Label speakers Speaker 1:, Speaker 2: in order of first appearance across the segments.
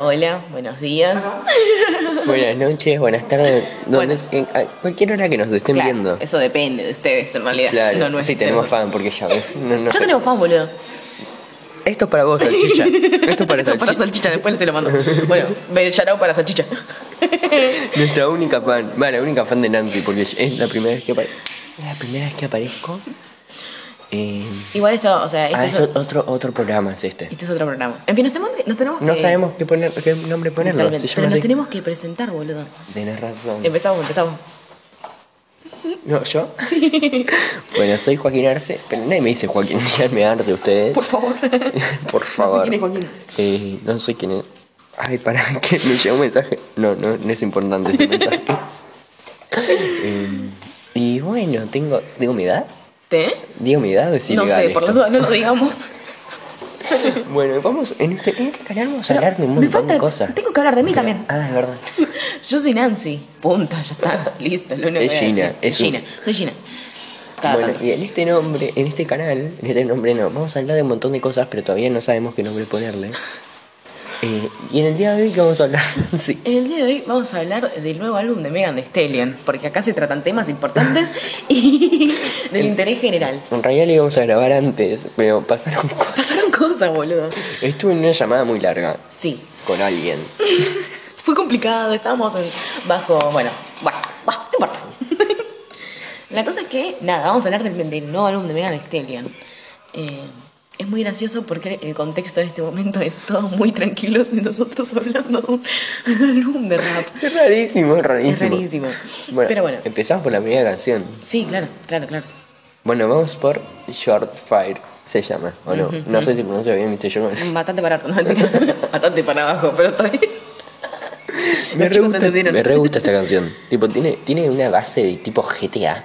Speaker 1: Hola, buenos días. buenas noches, buenas tardes. ¿Dónde- en- a cualquier hora que nos estén
Speaker 2: Claro,
Speaker 1: viendo.
Speaker 2: Eso depende de ustedes en realidad.
Speaker 1: Claro,
Speaker 2: no, no es este
Speaker 1: sí, tenemos fan porque ya ves. no- no-
Speaker 2: Ya tenemos fan, boludo.
Speaker 1: Esto es para vos, salchicha. Esto es para
Speaker 2: Esto es para
Speaker 1: salchicha.
Speaker 2: salchicha, después te lo mando. Bueno, me Yarao para salchicha.
Speaker 1: Nuestra única fan. Bueno, la única fan de Nancy porque es la primera vez que aparezco. La primera vez que aparezco. Eh,
Speaker 2: Igual esto, o sea, este,
Speaker 1: ah,
Speaker 2: es,
Speaker 1: es o- otro, otro programa es este.
Speaker 2: este es otro programa. En fin, nos tenemos, nos tenemos
Speaker 1: No
Speaker 2: que-
Speaker 1: sabemos qué, poner, qué nombre ponerlo.
Speaker 2: Totalmente,
Speaker 1: Se
Speaker 2: pero Eh,
Speaker 1: llama
Speaker 2: nos
Speaker 1: así.
Speaker 2: tenemos que presentar, boludo.
Speaker 1: Tenés razón.
Speaker 2: Empezamos, empezamos.
Speaker 1: ¿No, yo? bueno, soy Joaquín Arce, pero nadie me dice Joaquín, díganme Arce ustedes.
Speaker 2: Por favor.
Speaker 1: Por favor.
Speaker 2: quién es Joaquín.
Speaker 1: Eh, no sé quién es. Ay, pará, que me llegó un mensaje. No, no, no es importante ese mensaje. Eh, y bueno, tengo. ¿Digo mi edad?
Speaker 2: ¿Te?
Speaker 1: ¿Digo mi edad o es
Speaker 2: no
Speaker 1: ilegal
Speaker 2: sé, por las
Speaker 1: esto?
Speaker 2: dudas no lo digamos.
Speaker 1: Bueno, vamos. En este, en este canal vamos a
Speaker 2: Pero
Speaker 1: hablar de un
Speaker 2: me
Speaker 1: montón
Speaker 2: falta,
Speaker 1: de cosas.
Speaker 2: Tengo que hablar de mí también.
Speaker 1: Ah, es verdad.
Speaker 2: Yo soy Nancy. Punto, ya está. Listo, lo único
Speaker 1: Es
Speaker 2: que voy a
Speaker 1: Gina,
Speaker 2: decir.
Speaker 1: es un-
Speaker 2: Gina. Soy Gina. Cada
Speaker 1: bueno,
Speaker 2: tanto.
Speaker 1: y en este nombre, en este canal, en este nombre no, vamos a hablar de un montón de cosas, pero todavía no sabemos qué nombre ponerle. Eh, y en el día de hoy, ¿qué vamos a hablar? sí.
Speaker 2: En el día de hoy vamos a hablar del nuevo álbum de Megan Thee Stallion, porque acá se tratan temas importantes y del interés general.
Speaker 1: En realidad lo íbamos a grabar antes, pero pasaron cosas.
Speaker 2: Pasaron cosas, boludo.
Speaker 1: Estuve en una llamada muy larga
Speaker 2: Sí,
Speaker 1: con alguien.
Speaker 2: fue complicado, estábamos en- bajo, bueno, bueno, bueno, no importa. La cosa es que, nada, vamos a hablar del, del nuevo álbum de Megan Thee Stallion. Eh, es muy gracioso porque el contexto en este momento es todo muy tranquilo de nosotros hablando de un álbum de rap.
Speaker 1: Es rarísimo, es rarísimo.
Speaker 2: Es rarísimo.
Speaker 1: Bueno, eh,
Speaker 2: Pero bueno,
Speaker 1: empezamos por la primera canción.
Speaker 2: sí, claro, claro, claro.
Speaker 1: Bueno, vamos por Short Fire, se llama, ¿o no? No sé si pronuncio bien, viste, yo
Speaker 2: Bastante para abajo, no, mentira. bastante para abajo, pero está bien.
Speaker 1: Me
Speaker 2: Los
Speaker 1: re,
Speaker 2: chicos
Speaker 1: gusta,
Speaker 2: te entendieron.
Speaker 1: me re gusta esta canción. Tipo, tiene, tiene una base de tipo GTA.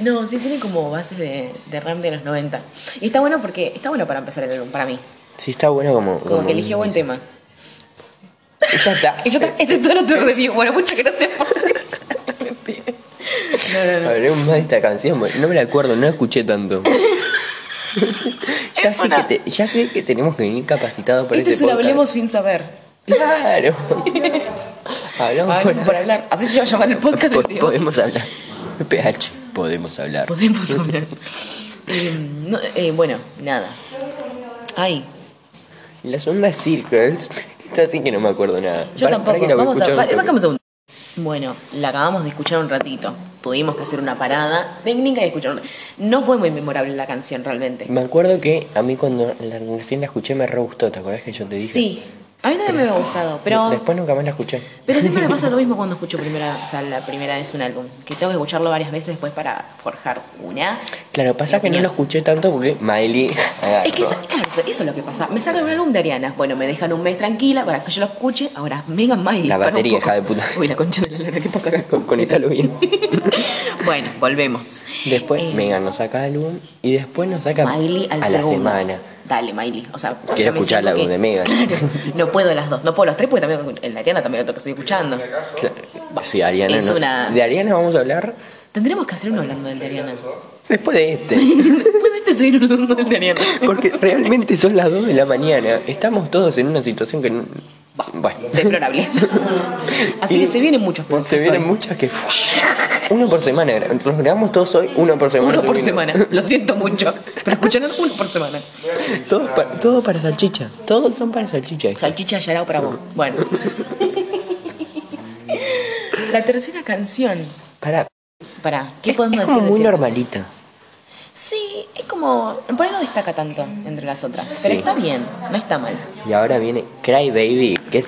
Speaker 2: No, sí tiene como bases de, de rap de los 90. Y está bueno porque está bueno para empezar el álbum, para mí.
Speaker 1: Sí, está bueno como.
Speaker 2: Como, que eligió buen tema.
Speaker 1: Ya está.
Speaker 2: Y yo también, ese es todo nuestro review. Bueno, muchas gracias por. Este Mentira. No, no, no.
Speaker 1: Hablemos más de esta canción, bueno, no me la acuerdo, no la escuché tanto. ya,
Speaker 2: Es
Speaker 1: sé
Speaker 2: una-
Speaker 1: que te- ya sé que tenemos que venir capacitados para
Speaker 2: Este
Speaker 1: este,
Speaker 2: es un
Speaker 1: podcast.
Speaker 2: hablemos sin saber.
Speaker 1: Claro. Hablamos
Speaker 2: Ay,
Speaker 1: por-
Speaker 2: por hablar. Así se va a llamar el Ah, podcast
Speaker 1: po-
Speaker 2: del día.
Speaker 1: Podemos hablar. PH, podemos hablar.
Speaker 2: Podemos hablar. Eh, no, eh, bueno, nada. Ay,
Speaker 1: Las ondas circles. Esta sí que no me acuerdo nada.
Speaker 2: Yo
Speaker 1: Pará- pará
Speaker 2: tampoco.
Speaker 1: que la voy a
Speaker 2: Vamos a.
Speaker 1: escuchar un
Speaker 2: pa-
Speaker 1: toque.
Speaker 2: bájame un segundo. Bueno, la acabamos de escuchar un ratito. Tuvimos que hacer una parada técnica y escuchar una- No fue muy memorable la canción realmente.
Speaker 1: Me acuerdo que a mí cuando la, recién la escuché me re gustó, ¿te acuerdas que yo te dije?
Speaker 2: Sí. A mí también me había gustado, pero.
Speaker 1: Después nunca más la escuché.
Speaker 2: Pero siempre me pasa lo mismo cuando escucho primera, o sea, la primera vez un álbum. Que tengo que escucharlo varias veces después para forjar una.
Speaker 1: Claro, pasa
Speaker 2: Mi
Speaker 1: que no
Speaker 2: opinión.
Speaker 1: lo escuché tanto porque Miley agarró.
Speaker 2: Es que, esa- claro, eso, eso es lo que pasa. Me sacan un álbum de Ariana. Bueno, me dejan un mes tranquila para que yo lo escuche. Ahora, Mega Miley.
Speaker 1: La
Speaker 2: para un
Speaker 1: batería,
Speaker 2: poco.
Speaker 1: hija de puta.
Speaker 2: Uy, la concha de la lora, ¿qué pasa acá?
Speaker 1: Con- Conectalo bien.
Speaker 2: bueno, volvemos.
Speaker 1: Después
Speaker 2: Eh,
Speaker 1: Megan nos saca álbum y después nos saca
Speaker 2: Miley al
Speaker 1: a la
Speaker 2: segundo.
Speaker 1: semana.
Speaker 2: Dale, Miley. O sea,
Speaker 1: Quiero
Speaker 2: me
Speaker 1: escuchar la
Speaker 2: siento
Speaker 1: de
Speaker 2: que-
Speaker 1: Megan.
Speaker 2: No puedo las dos, no puedo las tres porque también el de Ariana también lo tengo que estoy escuchando.
Speaker 1: Claro. Sí, Ariana.
Speaker 2: Es
Speaker 1: no-
Speaker 2: una-
Speaker 1: De Ariana vamos a hablar
Speaker 2: Tendremos que hacer uno hablando del de Ariana.
Speaker 1: después de este.
Speaker 2: Después de este subir uno hablando del de Ariana.
Speaker 1: Porque realmente son las 2 de la mañana. Estamos todos en una situación que. no- Bueno.
Speaker 2: Deplorable. Así que se vienen muchos podcasts.
Speaker 1: Se vienen
Speaker 2: hoy.
Speaker 1: muchas que. Uno por semana. Los grabamos todos hoy, uno por semana.
Speaker 2: Uno por
Speaker 1: subimos.
Speaker 2: semana. Lo siento mucho. Pero escucharán uno por semana.
Speaker 1: Todos pa- todo para salchicha. Todos son para salchicha.
Speaker 2: Salchicha Yarao para vos. Bueno. La tercera canción.
Speaker 1: Para.
Speaker 2: Para, ¿qué
Speaker 1: es,
Speaker 2: podemos
Speaker 1: es
Speaker 2: decir?
Speaker 1: como muy
Speaker 2: de ciertas?
Speaker 1: normalita.
Speaker 2: Sí, es como. Por ahí no destaca tanto entre las otras. Pero
Speaker 1: Sí.
Speaker 2: está bien, no está mal.
Speaker 1: Y ahora viene Cry Baby, que es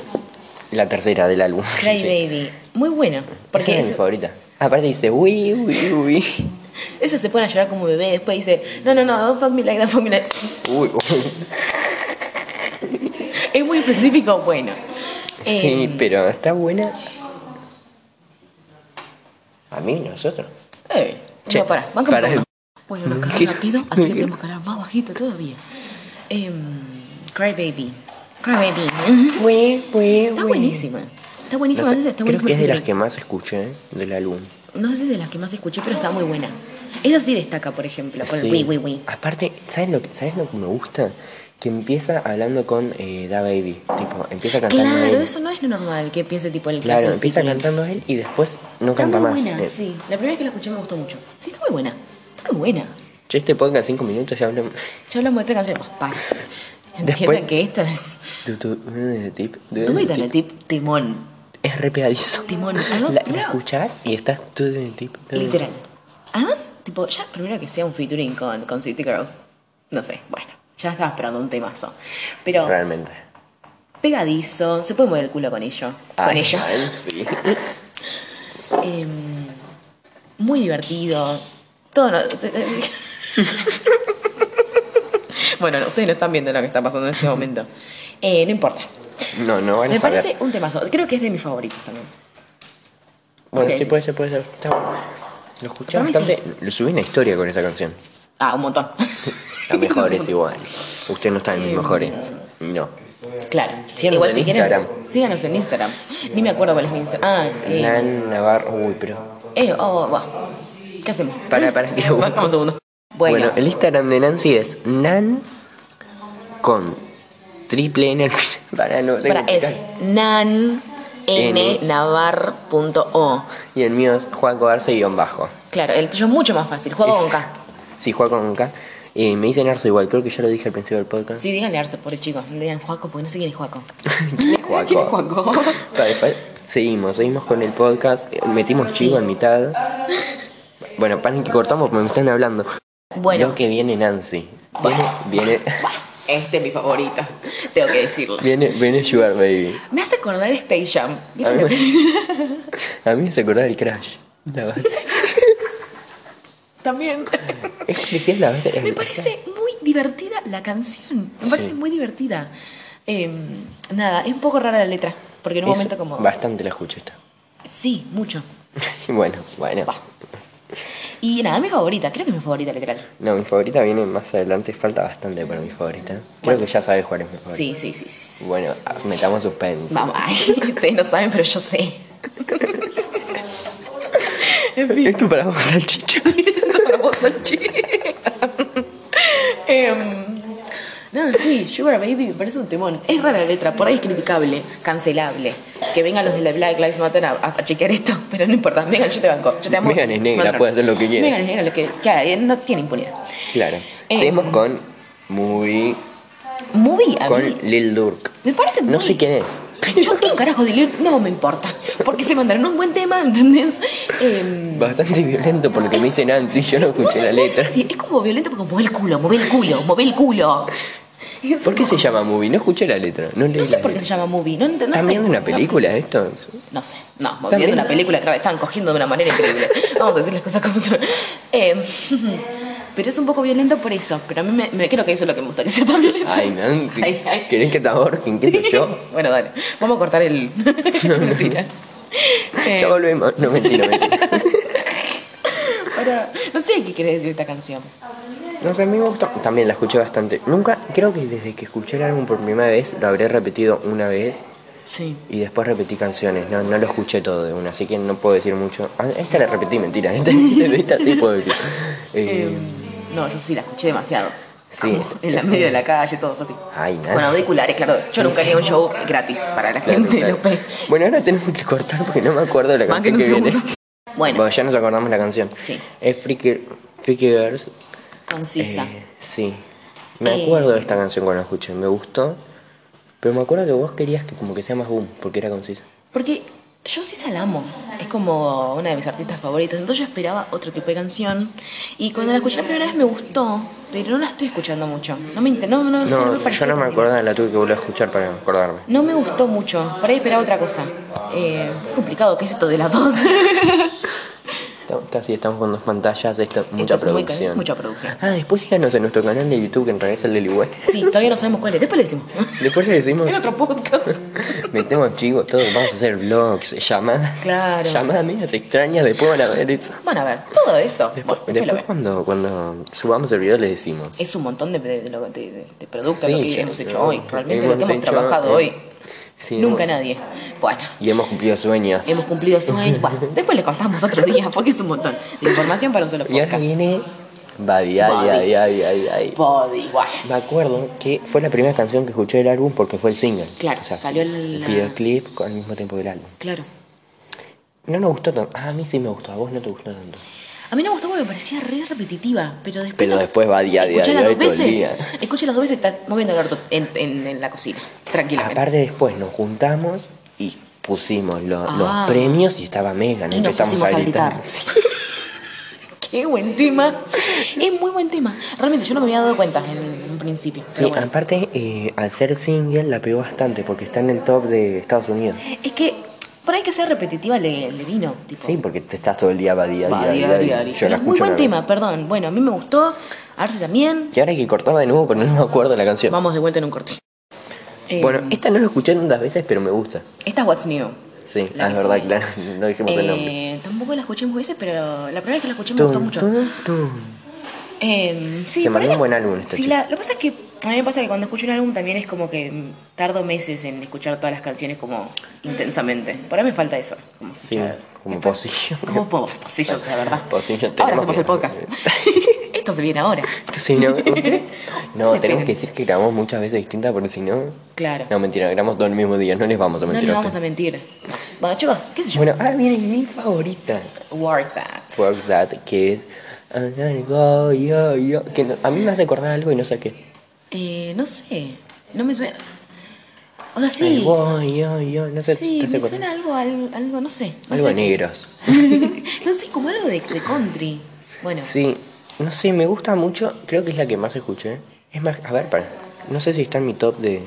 Speaker 1: la tercera del álbum.
Speaker 2: Cry
Speaker 1: Sí.
Speaker 2: Baby. Muy bueno.
Speaker 1: Esa
Speaker 2: Porque
Speaker 1: es mi
Speaker 2: ese-
Speaker 1: favorita. Aparte dice, uy, uy, uy.
Speaker 2: ese se pone a llorar como bebé. Después dice, no, no, no, don't fuck me like, don't fuck me like.
Speaker 1: Uy, uy.
Speaker 2: Es muy específico, bueno.
Speaker 1: Sí,
Speaker 2: Eh,
Speaker 1: pero está buena. A mí, nosotros.
Speaker 2: eh,
Speaker 1: Che,
Speaker 2: no, pará, bancame
Speaker 1: pará.
Speaker 2: un segundo. Bueno, nos cargó rápido, así que tenemos que hablar más bajito todavía. Em, Cry Baby. Cry Baby.
Speaker 1: Uy, uy,
Speaker 2: Está
Speaker 1: uy.
Speaker 2: buenísima. Está
Speaker 1: No
Speaker 2: buenísima.
Speaker 1: sé,
Speaker 2: está
Speaker 1: creo
Speaker 2: buenísima
Speaker 1: que es de
Speaker 2: esta
Speaker 1: las que más escuché ¿eh? del álbum.
Speaker 2: No sé si es de las que más escuché, pero está muy buena. Esa sí destaca, por ejemplo, con
Speaker 1: Sí.
Speaker 2: el Wii Wii Wii.
Speaker 1: Aparte, ¿sabes lo, que, ¿sabes lo que me gusta? que empieza hablando con eh, Da Baby. Tipo, empieza cantando
Speaker 2: Claro,
Speaker 1: él.
Speaker 2: eso no es lo normal, que piense tipo el que hace
Speaker 1: Claro,
Speaker 2: el
Speaker 1: empieza
Speaker 2: featuring.
Speaker 1: cantando él y después no
Speaker 2: Está
Speaker 1: canta
Speaker 2: muy
Speaker 1: más.
Speaker 2: buena,
Speaker 1: Eh,
Speaker 2: sí. La primera vez que la escuché me gustó mucho. Sí, está muy buena. Está muy buena.
Speaker 1: Yo este podcast cinco minutos ya hablamos.
Speaker 2: Ya hablamos de tres canciones más. Para. Entiendan
Speaker 1: Después-
Speaker 2: que esta es.
Speaker 1: Du- du- eh, tip, du-
Speaker 2: ¿Dónde está
Speaker 1: tip.
Speaker 2: la tip? Timón.
Speaker 1: Es re pegadizo.
Speaker 2: Timón.
Speaker 1: La,
Speaker 2: Además,
Speaker 1: la
Speaker 2: primero-
Speaker 1: escuchás y estás tú en el tip. tú en el
Speaker 2: Literal.
Speaker 1: tip.
Speaker 2: Además, tipo, ya primero que sea un featuring con, con City Girls. No sé, bueno. Ya estaba esperando un temazo. Pero
Speaker 1: Realmente.
Speaker 2: pegadizo, se puede mover el culo con ello. con
Speaker 1: Ay,
Speaker 2: ello.
Speaker 1: ay, sí.
Speaker 2: Em, muy divertido. Todo no- se- bueno, no, ustedes no están viendo lo que está pasando en este momento. Eh, no importa.
Speaker 1: No, no van a
Speaker 2: Me
Speaker 1: saber.
Speaker 2: parece un temazo. Creo que es de mis favoritos también.
Speaker 1: Bueno,
Speaker 2: Ok,
Speaker 1: sí,
Speaker 2: sí,
Speaker 1: puede
Speaker 2: sí.
Speaker 1: ser, puede ser. Está bueno. Lo escuché
Speaker 2: Para mí
Speaker 1: bastante. Lo subí una historia con esa canción.
Speaker 2: Ah, un montón.
Speaker 1: La mejor es igual. Usted no está en mis
Speaker 2: Eh,
Speaker 1: mejores. No.
Speaker 2: Claro.
Speaker 1: Síganos
Speaker 2: Igual
Speaker 1: en
Speaker 2: si quieren,
Speaker 1: Instagram.
Speaker 2: síganos en Instagram. Ni me acuerdo cuál es mi Instagram. Ah, eh,
Speaker 1: Nan Navarro. Uy, pero.
Speaker 2: eh, oh, bueno. ¿Qué hacemos?
Speaker 1: Para, para, que lo busco.
Speaker 2: Vamos un segundo.
Speaker 1: Bueno,
Speaker 2: Bueno,
Speaker 1: el Instagram de Nancy es Nan con triple N al final. Para no
Speaker 2: para es
Speaker 1: complicar.
Speaker 2: nan
Speaker 1: N.
Speaker 2: nnavar.o.
Speaker 1: Y el mío es Juanco Arce guión bajo.
Speaker 2: Claro, el tuyo es mucho más fácil. Juego con K.
Speaker 1: Sí, Juan con K. Eh, me dicen Arce igual, creo que ya lo dije al principio del podcast.
Speaker 2: Sí, díganle Arce, pobre chicos. No le digan Juaco porque no sé quién es Juaco.
Speaker 1: ¿Quién es Juaco?
Speaker 2: ¿Quién es Juaco?
Speaker 1: Vale, fa- seguimos, seguimos con el podcast. Eh, Metimos chivo en mitad. Bueno, paren que cortamos porque me están hablando.
Speaker 2: Bueno,
Speaker 1: Lo que viene Nancy. Viene, viene,
Speaker 2: este es mi favorito. Tengo que decirlo.
Speaker 1: viene, viene Sugar Baby.
Speaker 2: Me hace acordar Space Jam.
Speaker 1: A
Speaker 2: ¿Vieron
Speaker 1: mí,
Speaker 2: la película?
Speaker 1: me- a mí me hace acordar el Crash. La base.
Speaker 2: También.
Speaker 1: Es que decías la base.
Speaker 2: Me parece muy divertida la canción. Me parece
Speaker 1: Sí.
Speaker 2: muy divertida. Eh, nada, es un poco rara la letra. Porque en un
Speaker 1: Es-
Speaker 2: momento como...
Speaker 1: Bastante la escuché esta.
Speaker 2: Sí, mucho.
Speaker 1: Bueno, bueno.
Speaker 2: Va. Y nada, mi favorita. Creo que es mi favorita literal.
Speaker 1: No, mi favorita viene más adelante. Falta bastante para mi favorita. Creo que ya sabes cuál es mi favorita.
Speaker 2: Sí, sí, sí, sí.
Speaker 1: Bueno, ah, metamos suspense.
Speaker 2: Vamos, ay, ustedes no saben, pero yo sé. en fin.
Speaker 1: Esto para vos, salchicha.
Speaker 2: Vamos al chile. Em, No, sí, Sugar Baby me parece un temón. Es rara la letra, por ahí es criticable, cancelable. Que vengan los de la Black Lives Matter a, a chequear esto, pero no importa. Vengan, yo te banco. Yo te amo.
Speaker 1: Megan es negra,
Speaker 2: Bueno,
Speaker 1: puede hacer lo que quiera.
Speaker 2: Megan es negra, lo que quiera, eh, no tiene impunidad.
Speaker 1: Claro.
Speaker 2: Eh,
Speaker 1: Seguimos con muy
Speaker 2: Movie, a
Speaker 1: con
Speaker 2: mí,
Speaker 1: Lil Durk.
Speaker 2: me parece muy...
Speaker 1: No sé quién es.
Speaker 2: Yo, ¿quién carajo de Lil? No me importa. Porque se mandaron un buen tema, ¿entendés? Em,
Speaker 1: Bastante violento por lo que me dice Nancy, yo no
Speaker 2: sé,
Speaker 1: escuché la
Speaker 2: sé,
Speaker 1: letra.
Speaker 2: sí, es como violento porque mueve el culo, mueve el culo, mueve el culo.
Speaker 1: ¿Por qué se llama Movie? No escuché la letra. No, leí
Speaker 2: No sé
Speaker 1: la
Speaker 2: por qué se
Speaker 1: letra.
Speaker 2: llama movie. No, ent- no
Speaker 1: ¿Están
Speaker 2: sé.
Speaker 1: viendo una
Speaker 2: No-
Speaker 1: película esto?
Speaker 2: No, sé. No,
Speaker 1: ¿Están
Speaker 2: moviendo una
Speaker 1: viendo?
Speaker 2: película grave. Están cogiendo de una manera increíble. Vamos a decir las cosas como son. Eh, pero es un poco violento por eso. Pero a mí me, me- creo que eso es lo que me gusta, que sea tan violento.
Speaker 1: Ay, Nancy.
Speaker 2: Ay, ay.
Speaker 1: ¿Querés que te ahorquen? ¿Qué soy yo?
Speaker 2: Bueno, dale. Vamos a cortar el... mentira. Eh,
Speaker 1: Ya volvemos. No, mentira, mentira.
Speaker 2: para- Eh, No sé qué quiere decir esta canción.
Speaker 1: No sé, a mí me gustó. También la escuché bastante. Nunca, creo que desde que escuché el álbum por primera vez, lo habré repetido una vez.
Speaker 2: Sí.
Speaker 1: Y después repetí canciones, no, no lo escuché todo de una, así que no puedo decir mucho. Ah, esta la repetí, mentira, esta, esta sí puedo decir. Eh,
Speaker 2: No, yo sí la escuché demasiado.
Speaker 1: Sí.
Speaker 2: Como En la medio de la calle, todo así.
Speaker 1: Ay, nada.
Speaker 2: Con auriculares, claro. Yo nunca haría un show gratis para la
Speaker 1: Claro,
Speaker 2: gente.
Speaker 1: claro.
Speaker 2: no pe-
Speaker 1: Bueno, ahora tenemos que cortar porque no me acuerdo de la
Speaker 2: Banquen un
Speaker 1: canción que viene.
Speaker 2: segundo. Bueno,
Speaker 1: Bueno, ya nos acordamos la canción.
Speaker 2: Sí.
Speaker 1: Es Freaky, Freaky Girls. eh,
Speaker 2: concisa.
Speaker 1: sí. Me acuerdo
Speaker 2: Eh.
Speaker 1: de esta canción cuando la escuché, me gustó. Pero me acuerdo que vos querías que como que sea más boom, porque era concisa.
Speaker 2: Porque yo sí se la amo. Es como una de mis artistas favoritas. Entonces yo esperaba otro tipo de canción. Y cuando la escuché la primera vez me gustó. Pero no la estoy escuchando mucho. No me, inte- no, no, sé, no
Speaker 1: No,
Speaker 2: me
Speaker 1: yo
Speaker 2: pareció
Speaker 1: no me
Speaker 2: tan-
Speaker 1: acordaba, la tuve que volver a escuchar para acordarme.
Speaker 2: No me gustó mucho. Por ahí esperaba otra cosa. Eh, complicado, ¿qué es esto de las dos?
Speaker 1: Estamos- Casi estamos con dos pantallas, esto, mucha
Speaker 2: Esto es muy ca-
Speaker 1: producción.
Speaker 2: mucha producción.
Speaker 1: Ah, después síganos en nuestro canal de YouTube, que en realidad es el de Ligüe.
Speaker 2: Sí, todavía no sabemos cuál es. Después le decimos.
Speaker 1: Después le decimos,
Speaker 2: En otro podcast.
Speaker 1: metemos chicos, todos vamos a hacer vlogs, llamadas.
Speaker 2: Claro.
Speaker 1: Llamadas medias extrañas, después van a ver eso.
Speaker 2: Van a ver, todo esto.
Speaker 1: Después,
Speaker 2: bueno, después lo
Speaker 1: después
Speaker 2: ven.
Speaker 1: cuando, cuando subamos el video les decimos.
Speaker 2: Es un montón de, de, de lo- de- de- de producto
Speaker 1: Sí,
Speaker 2: lo que
Speaker 1: ya-
Speaker 2: hemos hecho hoy. Realmente lo
Speaker 1: hemos
Speaker 2: que hemos
Speaker 1: hecho,
Speaker 2: trabajado
Speaker 1: eh,
Speaker 2: hoy.
Speaker 1: sí,
Speaker 2: Nunca
Speaker 1: hemos-
Speaker 2: nadie. Bueno.
Speaker 1: Y hemos cumplido sueños.
Speaker 2: Hemos cumplido sueños. Bueno, después le contamos otro día porque es un montón de información para un solo
Speaker 1: Y ahora
Speaker 2: podcast.
Speaker 1: viene Buddy, ay, ay, ay, ay, ay.
Speaker 2: Body, guay.
Speaker 1: Me acuerdo que fue la primera canción que escuché del álbum porque fue el single.
Speaker 2: Claro, salió el-
Speaker 1: videoclip con- al mismo tiempo del álbum.
Speaker 2: Claro.
Speaker 1: No nos gustó tanto. Ah, a mí sí me gustó, a vos no te gustó tanto.
Speaker 2: A mí no me gustó porque me parecía re repetitiva, pero después...
Speaker 1: Pero
Speaker 2: la-
Speaker 1: después va día a día,
Speaker 2: Escuché
Speaker 1: día
Speaker 2: las
Speaker 1: de
Speaker 2: dos
Speaker 1: todo el
Speaker 2: veces.
Speaker 1: día.
Speaker 2: Escuché las dos veces, está moviendo el orto en, en- en la cocina, tranquilamente.
Speaker 1: Aparte después nos juntamos y pusimos lo-
Speaker 2: Ah.
Speaker 1: los premios y estaba Megan.
Speaker 2: Y nos
Speaker 1: Empezamos
Speaker 2: pusimos
Speaker 1: a gritar.
Speaker 2: Qué buen tema. Es muy buen tema. Realmente yo no me había dado cuenta en un principio.
Speaker 1: Sí,
Speaker 2: pero bueno.
Speaker 1: aparte eh, al ser single la pegó bastante porque está en el top de Estados Unidos.
Speaker 2: Es que por ahí que sea repetitiva le, le vino. Tipo,
Speaker 1: Sí, porque te estás todo el día va día
Speaker 2: va,
Speaker 1: a día.
Speaker 2: diario,
Speaker 1: día a
Speaker 2: diario.
Speaker 1: día. Yo
Speaker 2: Pero
Speaker 1: la
Speaker 2: es muy
Speaker 1: escucho.
Speaker 2: buen
Speaker 1: la
Speaker 2: tema,
Speaker 1: verdad.
Speaker 2: perdón. Bueno, a mí me gustó. A ver si también.
Speaker 1: Y ahora hay que cortarla de nuevo porque no me acuerdo la canción.
Speaker 2: Vamos de vuelta en un corte. Eh,
Speaker 1: Bueno, esta no la escuché tantas veces, pero me gusta.
Speaker 2: esta es What's New.
Speaker 1: Sí,
Speaker 2: La
Speaker 1: ah,
Speaker 2: que
Speaker 1: es verdad,
Speaker 2: sigue.
Speaker 1: claro. No dijimos el nombre.
Speaker 2: Eh, tampoco la escuché muchas veces, pero la primera vez que la escuché me gustó
Speaker 1: Tum,
Speaker 2: mucho.
Speaker 1: tum, tum.
Speaker 2: Eh, sí,
Speaker 1: Se
Speaker 2: por ahí
Speaker 1: mandó
Speaker 2: la-
Speaker 1: un buen álbum este esta
Speaker 2: Sí,
Speaker 1: chica.
Speaker 2: la- lo que pasa es que a mí me pasa que cuando escucho un álbum también es como que mm, tardo meses en escuchar todas las canciones como intensamente. Por ahí me falta eso. Como
Speaker 1: Sí,
Speaker 2: escuchar-
Speaker 1: como pocillo.
Speaker 2: Como po- pocillo, la verdad.
Speaker 1: Pocillo,
Speaker 2: ahora
Speaker 1: tenemos
Speaker 2: hacemos
Speaker 1: que-
Speaker 2: el podcast. Esto se viene ahora.
Speaker 1: Si no, ¿usted? no
Speaker 2: Entonces,
Speaker 1: tenemos
Speaker 2: esperen.
Speaker 1: que decir que grabamos muchas veces distintas porque si no.
Speaker 2: Claro.
Speaker 1: No, mentira, grabamos todo el mismo día, no les vamos a
Speaker 2: No
Speaker 1: mentir.
Speaker 2: les
Speaker 1: a
Speaker 2: vamos a
Speaker 1: ustedes.
Speaker 2: mentir. Bueno, chicos, qué sé yo.
Speaker 1: Bueno, ahora viene mi favorita.
Speaker 2: Work that.
Speaker 1: Work That, que es. I'm gonna go, yo, yo. Que no- a mí me hace acordar algo y no sé qué.
Speaker 2: Eh, no sé. No me suena. O sea,
Speaker 1: Ay,
Speaker 2: sí.
Speaker 1: voy, yo, yo. No sé.
Speaker 2: Sí,
Speaker 1: no sé
Speaker 2: me
Speaker 1: cuál-
Speaker 2: suena algo, algo, algo, no sé. No
Speaker 1: Algo
Speaker 2: sé.
Speaker 1: de negros.
Speaker 2: no sé, como algo de, de country. Bueno,
Speaker 1: Sí, no sé, me gusta mucho. Creo que es la que más escuché. Es más, a ver, para. No sé si está en mi top de.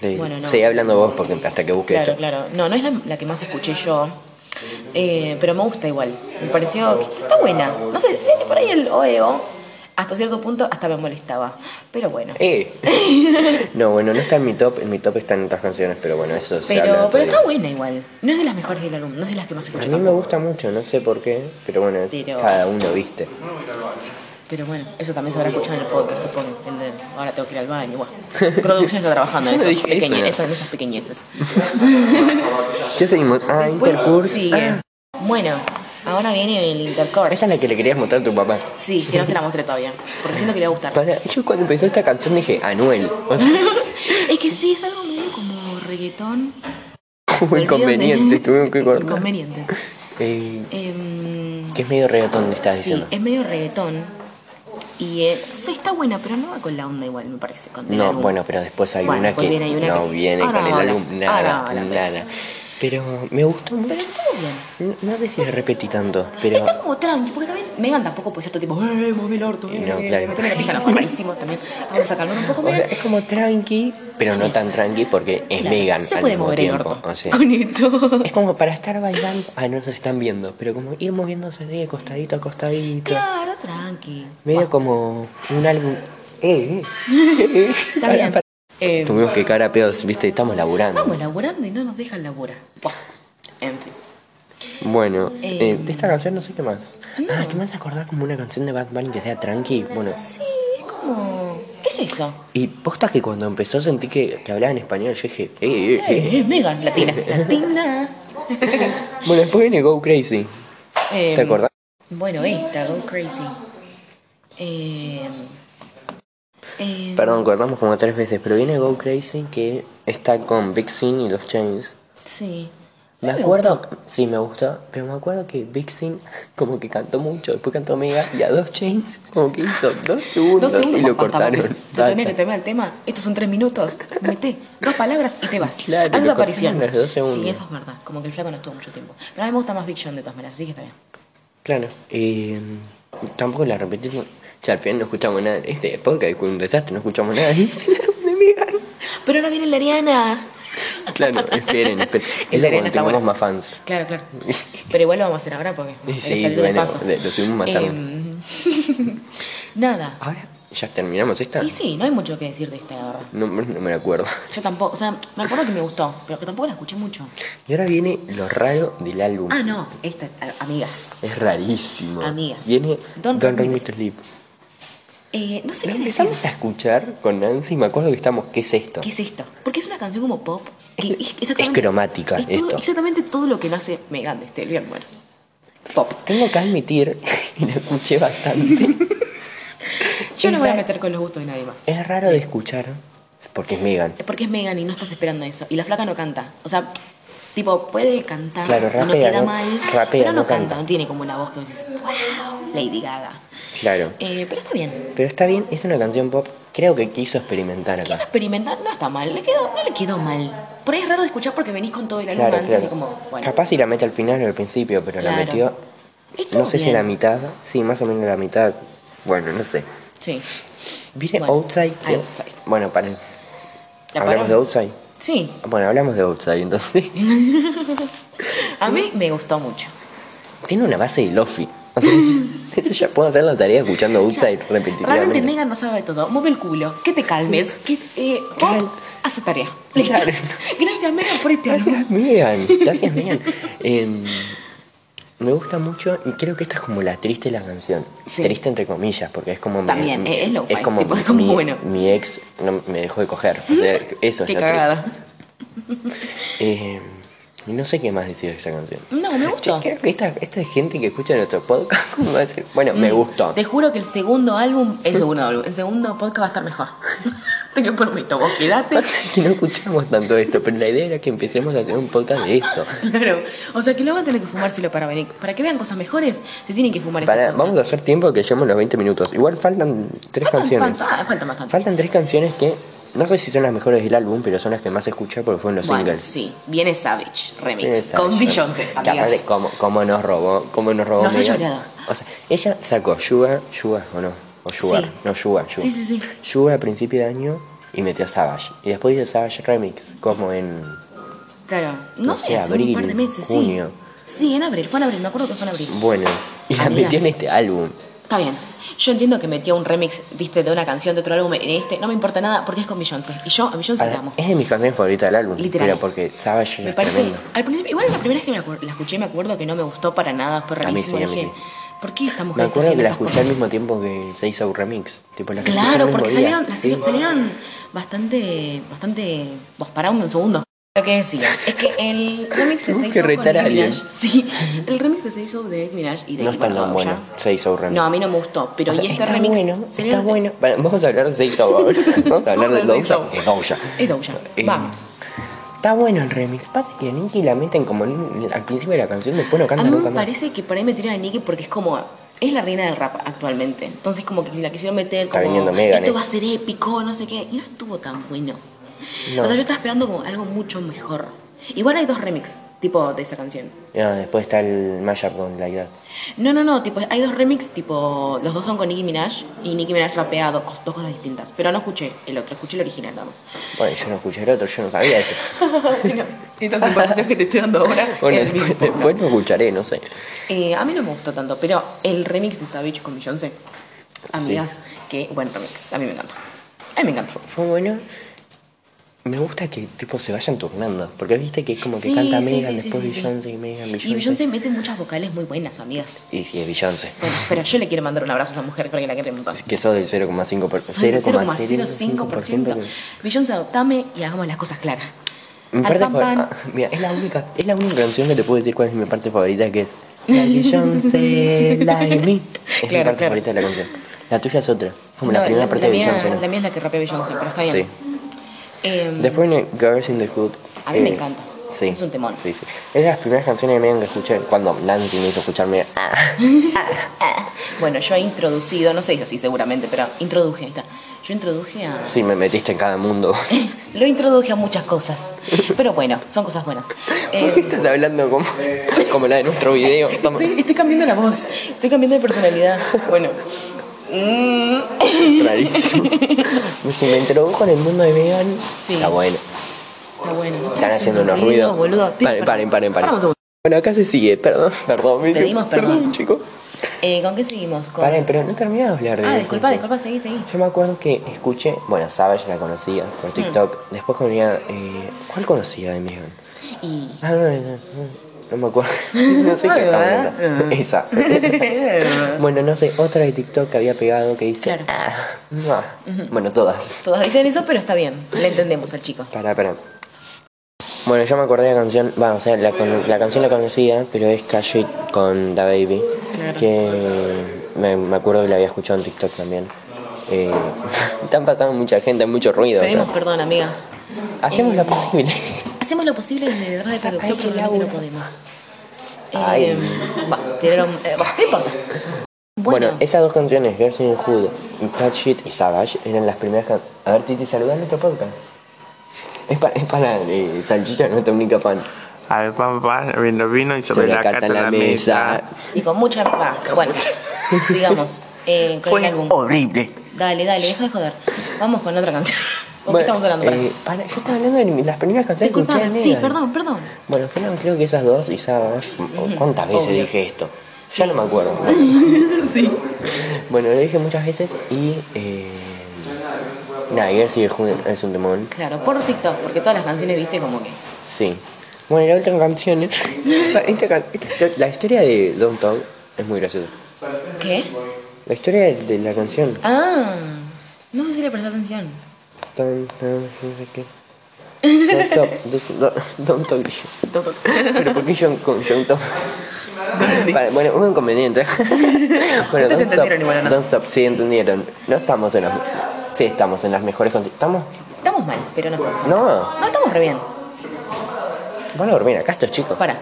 Speaker 1: de
Speaker 2: Bueno, no.
Speaker 1: Seguí hablando vos porque hasta que busque
Speaker 2: claro,
Speaker 1: esto.
Speaker 2: claro. No, no es la, la que más escuché yo. eh, pero me gusta igual. Me pareció que está buena. No sé, eh, por ahí el OEO hasta cierto punto hasta me molestaba. Pero bueno.
Speaker 1: ¡Eh! no, bueno, no está en mi top. En mi top están otras canciones, pero bueno, eso se habla
Speaker 2: Pero,
Speaker 1: otro
Speaker 2: pero
Speaker 1: día.
Speaker 2: está buena igual. No es de las mejores del álbum, no es de las que más escuché.
Speaker 1: A mí me
Speaker 2: tampoco.
Speaker 1: gusta mucho, no sé por qué, pero bueno,
Speaker 2: Pero-
Speaker 1: cada uno viste.
Speaker 2: Pero bueno, eso también se habrá escuchado en el podcast, supongo. El de, ahora tengo que ir al baño. Bueno, producción está trabajando en,
Speaker 1: Yo no
Speaker 2: esos
Speaker 1: dije eso,
Speaker 2: pequeñe-
Speaker 1: ¿no?
Speaker 2: eso, en esas pequeñeces.
Speaker 1: Ya seguimos. Ah,
Speaker 2: Pues
Speaker 1: Intercourse.
Speaker 2: sigue.
Speaker 1: Ah,
Speaker 2: Bueno, ahora viene el intercourse.
Speaker 1: esa es la que le querías mostrar a tu papá.
Speaker 2: Sí, que no se la mostré todavía. Porque siento que le va a gustar.
Speaker 1: Para, yo cuando empezó esta canción dije, Anuel. O sea,
Speaker 2: es que sí, es algo medio como reggaetón.
Speaker 1: fue inconveniente, tuvimos que cortar.
Speaker 2: Inconveniente.
Speaker 1: Eh,
Speaker 2: Em,
Speaker 1: que es medio reggaetón, estás
Speaker 2: sí,
Speaker 1: diciendo.
Speaker 2: es medio reggaetón. Y eh, sí, está buena, pero no va con la onda igual, me parece. Con el
Speaker 1: No,
Speaker 2: álbum.
Speaker 1: bueno, pero después hay
Speaker 2: Bueno,
Speaker 1: una
Speaker 2: después
Speaker 1: que
Speaker 2: viene- hay una
Speaker 1: no
Speaker 2: que-
Speaker 1: viene
Speaker 2: ahora
Speaker 1: con el
Speaker 2: habla,
Speaker 1: álbum, nada,
Speaker 2: ahora habla,
Speaker 1: nada. Pero me gustó
Speaker 2: Pero
Speaker 1: mucho.
Speaker 2: estuvo bien.
Speaker 1: No, no sé si repetí tanto, pero
Speaker 2: Está como tranqui, porque también Megan tampoco puede ser todo tipo, ¡eh, moví el orto! Eh,
Speaker 1: No,
Speaker 2: eh,
Speaker 1: claro.
Speaker 2: meteme la pija, no, rarísimo también. Vamos a calmar un poco
Speaker 1: o sea,
Speaker 2: Megan.
Speaker 1: es como tranqui, pero no tan tranqui porque es
Speaker 2: Claro,
Speaker 1: Megan
Speaker 2: Se
Speaker 1: al
Speaker 2: puede
Speaker 1: mismo
Speaker 2: mover el
Speaker 1: tiempo.
Speaker 2: orto.
Speaker 1: o sea,
Speaker 2: Con esto.
Speaker 1: es como para estar bailando. Ah, no se están viendo, pero como ir moviéndose de costadito a costadito.
Speaker 2: Claro, tranqui.
Speaker 1: Medio como un álbum. Eh, eh.
Speaker 2: Está bien. Eh,
Speaker 1: Tuvimos que cara pedos, viste, estamos laburando.
Speaker 2: Vamos laburando y no nos dejan laburar. Buah. En fin.
Speaker 1: Bueno,
Speaker 2: Eh,
Speaker 1: eh, de esta canción no sé qué más.
Speaker 2: no.
Speaker 1: Ah, que me hace acordar como una canción de Bad Bunny que sea tranqui. Bueno,
Speaker 2: Sí, es como. ¿Qué es eso?
Speaker 1: y posta que cuando empezó sentí que, que hablaba en español, yo dije, eh, eh, eh.
Speaker 2: Eh, es Megan, latina. Latina.
Speaker 1: Bueno, después viene Go Crazy.
Speaker 2: Eh,
Speaker 1: ¿Te acordás?
Speaker 2: Bueno, esta, Go Crazy. Eh, eh,
Speaker 1: Perdón, cortamos como tres veces, pero viene Go Crazy que está con Big Sin y los Chains.
Speaker 2: Sí.
Speaker 1: Me
Speaker 2: A mí
Speaker 1: acuerdo, sí, me gustó, pero me acuerdo que Big Sin como que cantó mucho, después cantó Mega y a dos Chains como que hizo dos
Speaker 2: Dos
Speaker 1: segundos,
Speaker 2: segundos
Speaker 1: y lo
Speaker 2: basta,
Speaker 1: cortaron.
Speaker 2: papi. Yo tenía que
Speaker 1: Basta.
Speaker 2: terminar el tema. Estos son tres minutos. Mete dos palabras y te vas.
Speaker 1: Claro,
Speaker 2: Haz
Speaker 1: lo
Speaker 2: la
Speaker 1: cortaron
Speaker 2: aparición.
Speaker 1: en los dos segundos.
Speaker 2: Sí, eso es verdad. Como que el flaco no estuvo mucho tiempo. Pero a mí me gusta más Big John de todas maneras, así que está bien.
Speaker 1: Claro. Eh, tampoco la repetimos. Ya al final no escuchamos nada. Este podcast fue un desastre, no escuchamos nada. De Megan.
Speaker 2: Pero ahora viene la Ariana.
Speaker 1: claro, esperen, esperen.
Speaker 2: El de
Speaker 1: Eso
Speaker 2: arena
Speaker 1: cuando
Speaker 2: está
Speaker 1: tengamos
Speaker 2: bueno.
Speaker 1: más fans.
Speaker 2: Claro, claro. Pero igual lo vamos a hacer ahora porque
Speaker 1: Sí,
Speaker 2: hay que salir del
Speaker 1: bueno,
Speaker 2: paso.
Speaker 1: le- lo subimos más tarde.
Speaker 2: Eh, nada.
Speaker 1: Ahora, ¿ya terminamos esta?
Speaker 2: Y sí, no hay mucho que decir de esta, la verdad.
Speaker 1: No, no me la acuerdo.
Speaker 2: Yo tampoco, o sea, me acuerdo que me gustó, pero que tampoco la escuché mucho.
Speaker 1: Y ahora viene lo raro del álbum.
Speaker 2: Ah, no, esta, a- amigas.
Speaker 1: Es rarísimo.
Speaker 2: Amigas.
Speaker 1: Viene
Speaker 2: Don't
Speaker 1: Don't,
Speaker 2: Rock
Speaker 1: Rock
Speaker 2: Me
Speaker 1: Me To Sleep.
Speaker 2: Eh, no sé
Speaker 1: Lo
Speaker 2: qué decir.
Speaker 1: empezamos a escuchar con Nancy y me acuerdo que estamos, ¿qué es esto?
Speaker 2: ¿Qué es esto? Porque es una canción como pop. que es,
Speaker 1: es cromática,
Speaker 2: es todo-
Speaker 1: esto.
Speaker 2: Exactamente todo lo que nace Megan de este bien bueno. Pop.
Speaker 1: Tengo que admitir, y la escuché bastante,
Speaker 2: Yo no
Speaker 1: Es
Speaker 2: me voy a
Speaker 1: ra-
Speaker 2: meter con los gustos de nadie más.
Speaker 1: Es raro de escuchar, porque es Megan.
Speaker 2: Es porque es Megan y no estás esperando eso. Y la flaca no canta. O sea, tipo, puede cantar,
Speaker 1: Claro,
Speaker 2: y no
Speaker 1: rapea,
Speaker 2: queda
Speaker 1: ¿no?
Speaker 2: mal,
Speaker 1: Rapea,
Speaker 2: pero no
Speaker 1: no
Speaker 2: canta.
Speaker 1: canta.
Speaker 2: no tiene como una voz que vos dices, wow, Lady Gaga.
Speaker 1: Claro.
Speaker 2: Eh, pero está bien.
Speaker 1: Pero está bien, es una canción pop. Creo que quiso experimentar
Speaker 2: Quiso
Speaker 1: acá.
Speaker 2: experimentar, no está mal, le quedó, no le quedó mal. Por ahí es raro de escuchar porque venís con todo el álbum
Speaker 1: Claro,
Speaker 2: antes
Speaker 1: claro.
Speaker 2: y como, bueno.
Speaker 1: Capaz si la mete al final o al principio, pero la
Speaker 2: Claro.
Speaker 1: metió.
Speaker 2: Estuvo
Speaker 1: No sé si
Speaker 2: bien.
Speaker 1: la mitad. Sí, más o menos la mitad. Bueno, no sé.
Speaker 2: Sí.
Speaker 1: ¿Viste
Speaker 2: Bueno,
Speaker 1: Outside? que-
Speaker 2: Outside.
Speaker 1: Bueno, paren.
Speaker 2: ¿La
Speaker 1: ¿Hablamos
Speaker 2: paramos?
Speaker 1: de Outside?
Speaker 2: Sí,
Speaker 1: Bueno, hablamos de Outside entonces.
Speaker 2: a mí me gustó mucho.
Speaker 1: Tiene una base de Lofi. O sea, eso ya puedo hacer la tarea escuchando Outside repetitivamente.
Speaker 2: Realmente Megan no sabe de todo. Mueve el culo, que te calmes, que eh, vos
Speaker 1: Cal-
Speaker 2: hace tarea. Listo.
Speaker 1: Claro.
Speaker 2: Gracias Megan por este álbum.
Speaker 1: Gracias, Megan. Gracias, Megan. Em, me gusta mucho y creo que esta es como la triste de la canción.
Speaker 2: Sí.
Speaker 1: Triste entre comillas, porque es como... mi-
Speaker 2: También, eh,
Speaker 1: mi,
Speaker 2: es- es lo-fi,
Speaker 1: como,
Speaker 2: tipo,
Speaker 1: mi,
Speaker 2: es como
Speaker 1: mi-
Speaker 2: bueno.
Speaker 1: mi ex no, me dejó de coger. O sea, eso
Speaker 2: Qué
Speaker 1: es lo triste.
Speaker 2: cagada.
Speaker 1: Em, y no sé qué más decir de esta canción.
Speaker 2: No, me
Speaker 1: Yo
Speaker 2: gustó.
Speaker 1: creo que esta, esta gente que escucha nuestro podcast, ¿cómo va a decir? Bueno,
Speaker 2: Mm.
Speaker 1: me gustó.
Speaker 2: Te juro que el segundo álbum, el segundo álbum, el segundo podcast va a estar mejor. te lo prometo, vos quedate.
Speaker 1: que no escuchamos tanto esto, pero la idea era que empecemos a hacer un podcast de esto.
Speaker 2: Claro. O sea que lo van a tener que fumárselo para venir. Para que vean cosas mejores, se tienen que fumar este
Speaker 1: Pará,
Speaker 2: podcast.
Speaker 1: vamos a hacer tiempo que llevemos los 20 minutos. Igual faltan tres
Speaker 2: Faltan-
Speaker 1: canciones.
Speaker 2: falta- falta bastante.
Speaker 1: Faltan tres canciones que no sé si son las mejores del álbum, pero son las que más escuché porque fueron los
Speaker 2: Bueno,
Speaker 1: singles.
Speaker 2: sí, viene Savage Remix
Speaker 1: Tiene esa-
Speaker 2: con Beyoncé,
Speaker 1: Que
Speaker 2: amigas.
Speaker 1: aparte, ¿cómo, cómo nos robó, cómo nos robó
Speaker 2: Nos ha
Speaker 1: Megan.
Speaker 2: llorado.
Speaker 1: O sea, ella sacó Yuga, Yuga o no, o Sugar,
Speaker 2: Sí.
Speaker 1: no Yuga, Yuga.
Speaker 2: Sí, sí, sí.
Speaker 1: Yuga a principio de año y metió Savage. Y después hizo Savage Remix, como en
Speaker 2: Claro, no,
Speaker 1: No
Speaker 2: sé,
Speaker 1: sé,
Speaker 2: hace
Speaker 1: abril,
Speaker 2: un par de meses,
Speaker 1: junio.
Speaker 2: sí. Sí, en abril, fue en abril, me acuerdo que fue en abril.
Speaker 1: Bueno, y la
Speaker 2: Amigas.
Speaker 1: metió en este álbum.
Speaker 2: Está bien. Yo entiendo que metió un remix, viste, de una canción de otro álbum en este. No me importa nada porque es con Beyoncé. Y yo a Beyoncé
Speaker 1: Ahora,
Speaker 2: la amo.
Speaker 1: es de mis canciones favoritas del álbum,
Speaker 2: Literal.
Speaker 1: pero porque Savage
Speaker 2: Me
Speaker 1: es
Speaker 2: parece.
Speaker 1: tremendo.
Speaker 2: Al principio, igual la primera vez que me la acu- la escuché me acuerdo que no me gustó para nada. Fue
Speaker 1: A mí
Speaker 2: rarísimo.
Speaker 1: sí, a mí
Speaker 2: dije,
Speaker 1: sí.
Speaker 2: ¿por qué esta mujer
Speaker 1: Me
Speaker 2: está
Speaker 1: acuerdo que
Speaker 2: haciendo
Speaker 1: la
Speaker 2: estas
Speaker 1: escuché al
Speaker 2: cosas?
Speaker 1: mismo tiempo que se hizo un remix. Tipo, la escuché el
Speaker 2: Claro,
Speaker 1: mismo
Speaker 2: porque
Speaker 1: día.
Speaker 2: salieron, las-
Speaker 1: Sí.
Speaker 2: salieron bastante, bastante, vos pará un segundo. Lo que decía es que el remix de
Speaker 1: Tenemos
Speaker 2: Say So
Speaker 1: que
Speaker 2: con
Speaker 1: retar a
Speaker 2: Nicki Minaj,
Speaker 1: alguien.
Speaker 2: sí, el remix de Say So de Nicki Minaj y de
Speaker 1: No
Speaker 2: Nicki
Speaker 1: es tan
Speaker 2: Minaj,
Speaker 1: bueno,
Speaker 2: ya.
Speaker 1: Say So Remix.
Speaker 2: No, a mí no me gustó, pero
Speaker 1: O sea,
Speaker 2: y este
Speaker 1: está
Speaker 2: remix
Speaker 1: bueno,
Speaker 2: salieron-
Speaker 1: está bueno. Bueno, vamos a hablar de Say So ahora. Vamos a hablar de
Speaker 2: Vamos a
Speaker 1: Doja.
Speaker 2: hablar de
Speaker 1: Es Doja.
Speaker 2: Es Doja.
Speaker 1: Eh,
Speaker 2: Vamos.
Speaker 1: Está bueno el remix. Pasa que a Nicki la meten como en- al principio de la canción, después no
Speaker 2: A
Speaker 1: canta
Speaker 2: mí
Speaker 1: nunca
Speaker 2: me
Speaker 1: más.
Speaker 2: parece que por ahí metieron a Nicki porque es como es la reina del rap actualmente, entonces como que si la quisieron meter
Speaker 1: Está
Speaker 2: como
Speaker 1: viniendo Megan,
Speaker 2: esto
Speaker 1: eh.
Speaker 2: va a ser épico, no sé qué, y no estuvo tan bueno.
Speaker 1: No.
Speaker 2: O sea, yo estaba esperando como algo mucho mejor. Igual hay dos remix tipo de esa canción.
Speaker 1: No, después está el mashup con la edad.
Speaker 2: No, no, no, tipo, hay dos remix, tipo, los dos son con Nicki Minaj y Nicki Minaj rapea dos, cos- dos cosas distintas, pero no escuché el otro, escuché el original, vamos.
Speaker 1: Bueno, yo no escuché el otro, yo no sabía eso.
Speaker 2: Esta es información que te estoy dando ahora.
Speaker 1: Bueno,
Speaker 2: el mismo
Speaker 1: después, después lo escucharé, no sé.
Speaker 2: Eh, a mí no me gustó tanto, pero el remix de Savage con Beyoncé, amigas, qué buen remix, a mí me encantó. A mí me encantó.
Speaker 1: Fue bueno. Me gusta que tipo se vayan turnando. Porque viste que es como que
Speaker 2: Sí,
Speaker 1: canta
Speaker 2: sí,
Speaker 1: Megan,
Speaker 2: sí, sí,
Speaker 1: después
Speaker 2: sí, sí.
Speaker 1: Beyoncé y Megan, Beyoncé.
Speaker 2: Y Beyoncé mete muchas vocales muy buenas, amigas.
Speaker 1: Y sí, es Beyoncé.
Speaker 2: Bueno, pero yo le quiero mandar un abrazo a esa mujer porque la quiero un montón.
Speaker 1: Que sos del 0,5%. por-
Speaker 2: Soy del
Speaker 1: 0,05%.
Speaker 2: 0,05%. Beyoncé, adoptame y hagamos las cosas claras.
Speaker 1: Mi
Speaker 2: Al
Speaker 1: parte
Speaker 2: pan pan.
Speaker 1: favorita. Mira, es la única, es la única canción que te puedo decir cuál es mi parte favorita, que es La Beyoncé, like me. Es mi
Speaker 2: Claro,
Speaker 1: parte
Speaker 2: claro.
Speaker 1: favorita de la canción. La tuya es otra. Como la
Speaker 2: No,
Speaker 1: primera parte de
Speaker 2: mía-
Speaker 1: Beyoncé. ¿no?
Speaker 2: La mía es la que rapea Beyoncé, pero está bien.
Speaker 1: Sí.
Speaker 2: Em,
Speaker 1: Después viene Girls in the Hood. eh,
Speaker 2: A mí me encanta.
Speaker 1: Sí.
Speaker 2: Es un temón.
Speaker 1: Sí, sí. Es de las primeras canciones de Megan que escuché cuando Nancy me hizo escucharme. Ah.
Speaker 2: bueno, yo he introducido, no se dice así seguramente, pero introduje, ahí está. Yo introduje a.
Speaker 1: Sí, me metiste en cada mundo.
Speaker 2: Lo introduje a muchas cosas. Pero bueno, son cosas buenas.
Speaker 1: ¿Por qué
Speaker 2: Eh,
Speaker 1: estás hablando como, como la de nuestro video? Estamos-
Speaker 2: estoy, estoy cambiando la voz, estoy cambiando de personalidad. Bueno. Mm,
Speaker 1: Rarísimo. Si me introdujo en el mundo de Megan,
Speaker 2: Sí.
Speaker 1: está bueno.
Speaker 2: está bueno.
Speaker 1: Están haciendo unos ruidos.
Speaker 2: boludo.
Speaker 1: Paren, paren, paren,
Speaker 2: Pará un
Speaker 1: paren.
Speaker 2: segundo.
Speaker 1: Bueno, acá se sigue, perdón, perdón. viste.
Speaker 2: Pedimos perdón.
Speaker 1: chicos.
Speaker 2: Eh, ¿Con qué seguimos? Con-
Speaker 1: Paren, pero no terminé de hablar de
Speaker 2: Ah,
Speaker 1: eso.
Speaker 2: disculpa, disculpa, seguí, seguí.
Speaker 1: Yo me acuerdo que escuché, bueno, Savage la conocía
Speaker 2: Mm.
Speaker 1: por TikTok. Después conocía, eh, ¿cuál conocía de Megan?
Speaker 2: Y.
Speaker 1: Ah, no, no, no, no me acuerdo. No sé qué estaba
Speaker 2: ¿verdad? Ah.
Speaker 1: hablando. Esa. bueno, no sé, otra de TikTok que había pegado que dice.
Speaker 2: Claro.
Speaker 1: "Ah, mua". Bueno, todas.
Speaker 2: Todas dicen eso, pero está bien. Le entendemos al chico.
Speaker 1: Pará, pará. Bueno, yo me acordé de la canción, va, o sea, la, con- la canción la conocía, pero es Cash It con Da Baby,
Speaker 2: Claro.
Speaker 1: que me, me acuerdo que la había escuchado en TikTok también. Eh, están pasando mucha gente, hay mucho ruido.
Speaker 2: Pedimos
Speaker 1: acá.
Speaker 2: perdón, amigas.
Speaker 1: Hacemos
Speaker 2: Eh.
Speaker 1: lo posible.
Speaker 2: Hacemos lo posible desde detrás de producción,
Speaker 1: Ay,
Speaker 2: pero realmente no
Speaker 1: Laura.
Speaker 2: podemos.
Speaker 1: Ay.
Speaker 2: Eh, va, tiraron. eh, va, no importa.
Speaker 1: Bueno, esas dos canciones, Girls in the Hood, y Touch It y Savage, eran las primeras canciones. A ver, Titi, saludá en otro podcast. Es para, es para eh, Salchicha, nuestra única fan.
Speaker 3: Al papá vino vino y sobre, la cata la mesa.
Speaker 2: Y con mucha paja. Bueno, sigamos. Eh, con el álbum.
Speaker 3: horrible.
Speaker 2: Dale, dale, deja de joder. Vamos con otra canción. ¿O qué
Speaker 1: Bueno,
Speaker 2: estamos hablando?
Speaker 1: eh, para- yo estaba hablando de mi- las primeras canciones que escuché
Speaker 2: Disculpame.
Speaker 1: en
Speaker 2: Sí,
Speaker 1: Megan.
Speaker 2: perdón, perdón.
Speaker 1: Bueno, fueron creo que esas dos y Savage. ¿Cuántas veces
Speaker 2: obvio.
Speaker 1: dije esto? Ya no me acuerdo.
Speaker 2: Sí.
Speaker 1: Bueno, lo dije muchas veces y. Eh, nada, Girls in the Hood es un temón.
Speaker 2: Claro, por TikTok, porque todas las canciones viste como que.
Speaker 1: Sí. Bueno, y la última canción. ¿eh? es- esta can- esta histo- la historia de Don't Talk es muy graciosa.
Speaker 2: ¿Qué?
Speaker 1: La historia de, de la canción.
Speaker 2: Ah, no sé si le presté atención.
Speaker 1: Don't talk, no sé qué. No, stop, don't, don't talk. Pero ¿por qué John con John Top? Vale, bueno, un inconveniente. bueno,
Speaker 2: Ustedes
Speaker 1: don't stop,
Speaker 2: entendieron igual, ¿o no?
Speaker 1: don't stop, sí entendieron. No estamos en las sí estamos en las mejores condi- ¿Estamos?
Speaker 2: Estamos mal, pero no estamos.
Speaker 1: No,
Speaker 2: No estamos re bien.
Speaker 1: van a dormir acá estos chicos.
Speaker 2: Para.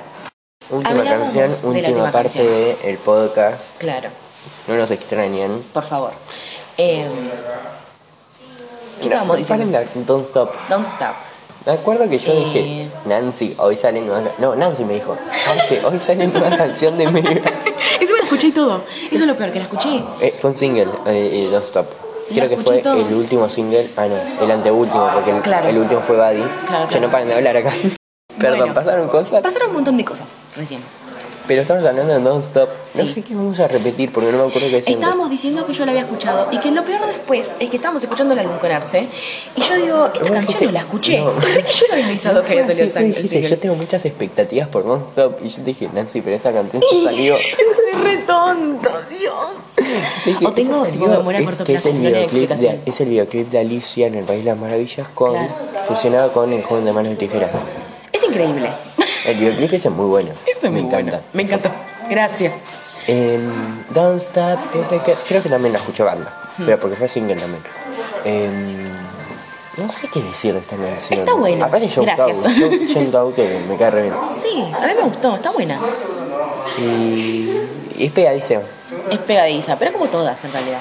Speaker 1: Última
Speaker 2: Hablamos
Speaker 1: canción,
Speaker 2: de la
Speaker 1: última
Speaker 2: última
Speaker 1: parte
Speaker 2: canción.
Speaker 1: del podcast.
Speaker 2: Claro,
Speaker 1: No nos extrañen.
Speaker 2: por favor. Eh, ¿Qué estábamos
Speaker 1: No,
Speaker 2: diciendo?
Speaker 1: paren la- Don't stop.
Speaker 2: Don't stop.
Speaker 1: Me acuerdo que yo
Speaker 2: Eh.
Speaker 1: dije, Nancy, hoy sale nueva ca-". No, Nancy me dijo, Nancy, hoy sale nueva canción de mí.
Speaker 2: Eso me la escuché y todo. Eso es lo peor, que la escuché.
Speaker 1: Eh, fue un single, eh, eh, Don't Stop. Creo que fue
Speaker 2: escuché todo.
Speaker 1: el último single, ah no, el anteúltimo, porque el,
Speaker 2: Claro.
Speaker 1: el último fue Buddy.
Speaker 2: Claro,
Speaker 1: Ya
Speaker 2: claro.
Speaker 1: no paran de hablar acá. Perdón,
Speaker 2: Bueno.
Speaker 1: pasaron cosas,
Speaker 2: Pasaron un montón de cosas recién.
Speaker 1: pero estamos hablando de Don't Stop. No
Speaker 2: Sí.
Speaker 1: sé qué vamos a repetir, porque no me acuerdo qué decimos.
Speaker 2: Estábamos diciendo que yo la había escuchado y que lo peor después es que estábamos escuchando el álbum con Arce y yo digo, esta
Speaker 1: Vos
Speaker 2: canción
Speaker 1: dijiste-
Speaker 2: no la escuché.
Speaker 1: no.
Speaker 2: Porque yo no había avisado que
Speaker 1: Fue
Speaker 2: había
Speaker 1: así,
Speaker 2: salido el sang-
Speaker 1: vos
Speaker 2: el
Speaker 1: dijiste, yo
Speaker 2: single.
Speaker 1: tengo muchas expectativas por Don't Stop, y yo te dije, Nancy, pero esa canción ya salió.
Speaker 2: Soy re tonto, Dios.
Speaker 1: Te dije,
Speaker 2: O tengo,
Speaker 1: esa
Speaker 2: tipo,
Speaker 1: salió,
Speaker 2: memoria a
Speaker 1: es,
Speaker 2: corto
Speaker 1: que es
Speaker 2: plazo, si
Speaker 1: el
Speaker 2: no, no hay
Speaker 1: videoclip de,
Speaker 2: explicación.
Speaker 1: es el videoclip de Alicia en el País de las Maravillas con
Speaker 2: Claro.
Speaker 1: fusionado con el joven de manos y tijeras.
Speaker 2: Es increíble.
Speaker 1: El videoclip ese es muy bueno.
Speaker 2: Eso es
Speaker 1: me
Speaker 2: muy
Speaker 1: encanta.
Speaker 2: bueno. Me encantó. Gracias.
Speaker 1: Em, Don't Stop, eh, que- creo que también la escuchó banda,
Speaker 2: Hmm.
Speaker 1: pero porque fue single también. Em, no sé qué decir de esta canción.
Speaker 2: Está buena,
Speaker 1: Aparte John
Speaker 2: gracias.
Speaker 1: Doe, John, John Doe que me cae re bien.
Speaker 2: Sí, a mí me gustó, está buena.
Speaker 1: Y, y es pegadizo.
Speaker 2: Es pegadiza, pero como todas en realidad.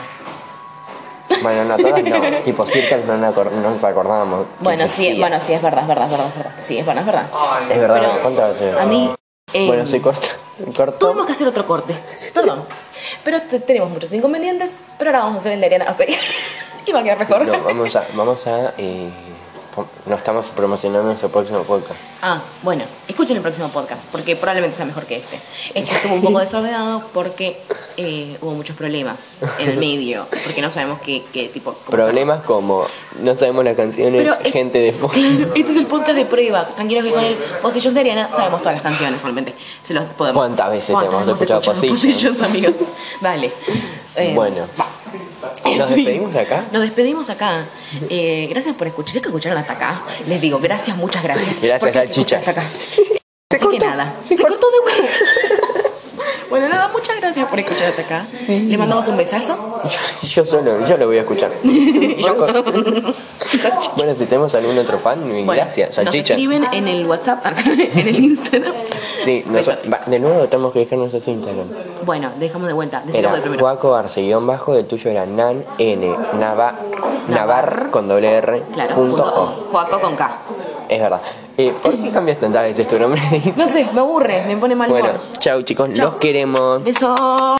Speaker 1: Bueno, no, todas no. tipo Circles no, nos acor- no nos acordábamos. que
Speaker 2: Bueno, sí,
Speaker 1: existía.
Speaker 2: bueno, sí, es verdad, es verdad, es verdad, es verdad. Sí, es verdad, es verdad.
Speaker 1: Es verdad,
Speaker 2: Pero
Speaker 1: ¿cuántas veces?
Speaker 2: A mí. eh,
Speaker 1: Bueno, se corta. Se cortó.
Speaker 2: Tuvimos que hacer otro corte, perdón. Pero te- tenemos muchos inconvenientes, pero ahora vamos a hacer el de Ariana así. y va a quedar mejor.
Speaker 1: No, vamos a. Vamos a eh, pon- no estamos promocionando nuestro próximo podcast.
Speaker 2: Ah, bueno, escuchen el próximo podcast, porque probablemente sea mejor que este. Este estuvo un poco desordenado porque eh, hubo muchos problemas en el medio, porque no sabemos qué, qué tipo... cómo
Speaker 1: Problemas como no sabemos las canciones,
Speaker 2: Pero, eh,
Speaker 1: gente de
Speaker 2: se-
Speaker 1: fondo.
Speaker 2: Claro, este es el podcast de prueba. Tranquilos que con el Positions de Ariana sabemos todas las canciones, realmente. Se los podemos...
Speaker 1: ¿Cuántas veces hemos escuchado
Speaker 2: Positions, amigos? Dale. Eh,
Speaker 1: Bueno, ¿nos despedimos acá?
Speaker 2: Nos despedimos acá. Eh, gracias por escuchar. Si es que escucharon hasta acá, les digo gracias, muchas gracias.
Speaker 1: Gracias,
Speaker 2: Porque hay que
Speaker 1: salchicha.
Speaker 2: escuchar Hasta acá. Así que nada, se, cortó de vuelta. bueno, nada, muchas gracias por escuchar hasta acá. Le mandamos un besazo.
Speaker 1: Yo, yo solo, yo lo voy a escuchar. Yo con- bueno, si tenemos algún otro fan,
Speaker 2: Bueno,
Speaker 1: gracias,
Speaker 2: Nos
Speaker 1: salchicha.
Speaker 2: escriben en el WhatsApp, en el Instagram.
Speaker 1: Sí, nos-
Speaker 2: Besate.
Speaker 1: va, de nuevo tenemos que dejarnos ese Instagram.
Speaker 2: Bueno, dejamos de vuelta. Decimos
Speaker 1: Era
Speaker 2: de primero.
Speaker 1: Juaco Arce, guión bajo, el tuyo era Nan N Navar, Navar con doble R
Speaker 2: Claro,
Speaker 1: punto O.
Speaker 2: punto. Joaco con K.
Speaker 1: Es verdad. Eh, ¿Por qué cambias tantas veces tu nombre?
Speaker 2: No sé, me aburre, me pone mal
Speaker 1: bueno,
Speaker 2: humor.
Speaker 1: chao chicos,
Speaker 2: Chau.
Speaker 1: los queremos.
Speaker 2: Besos.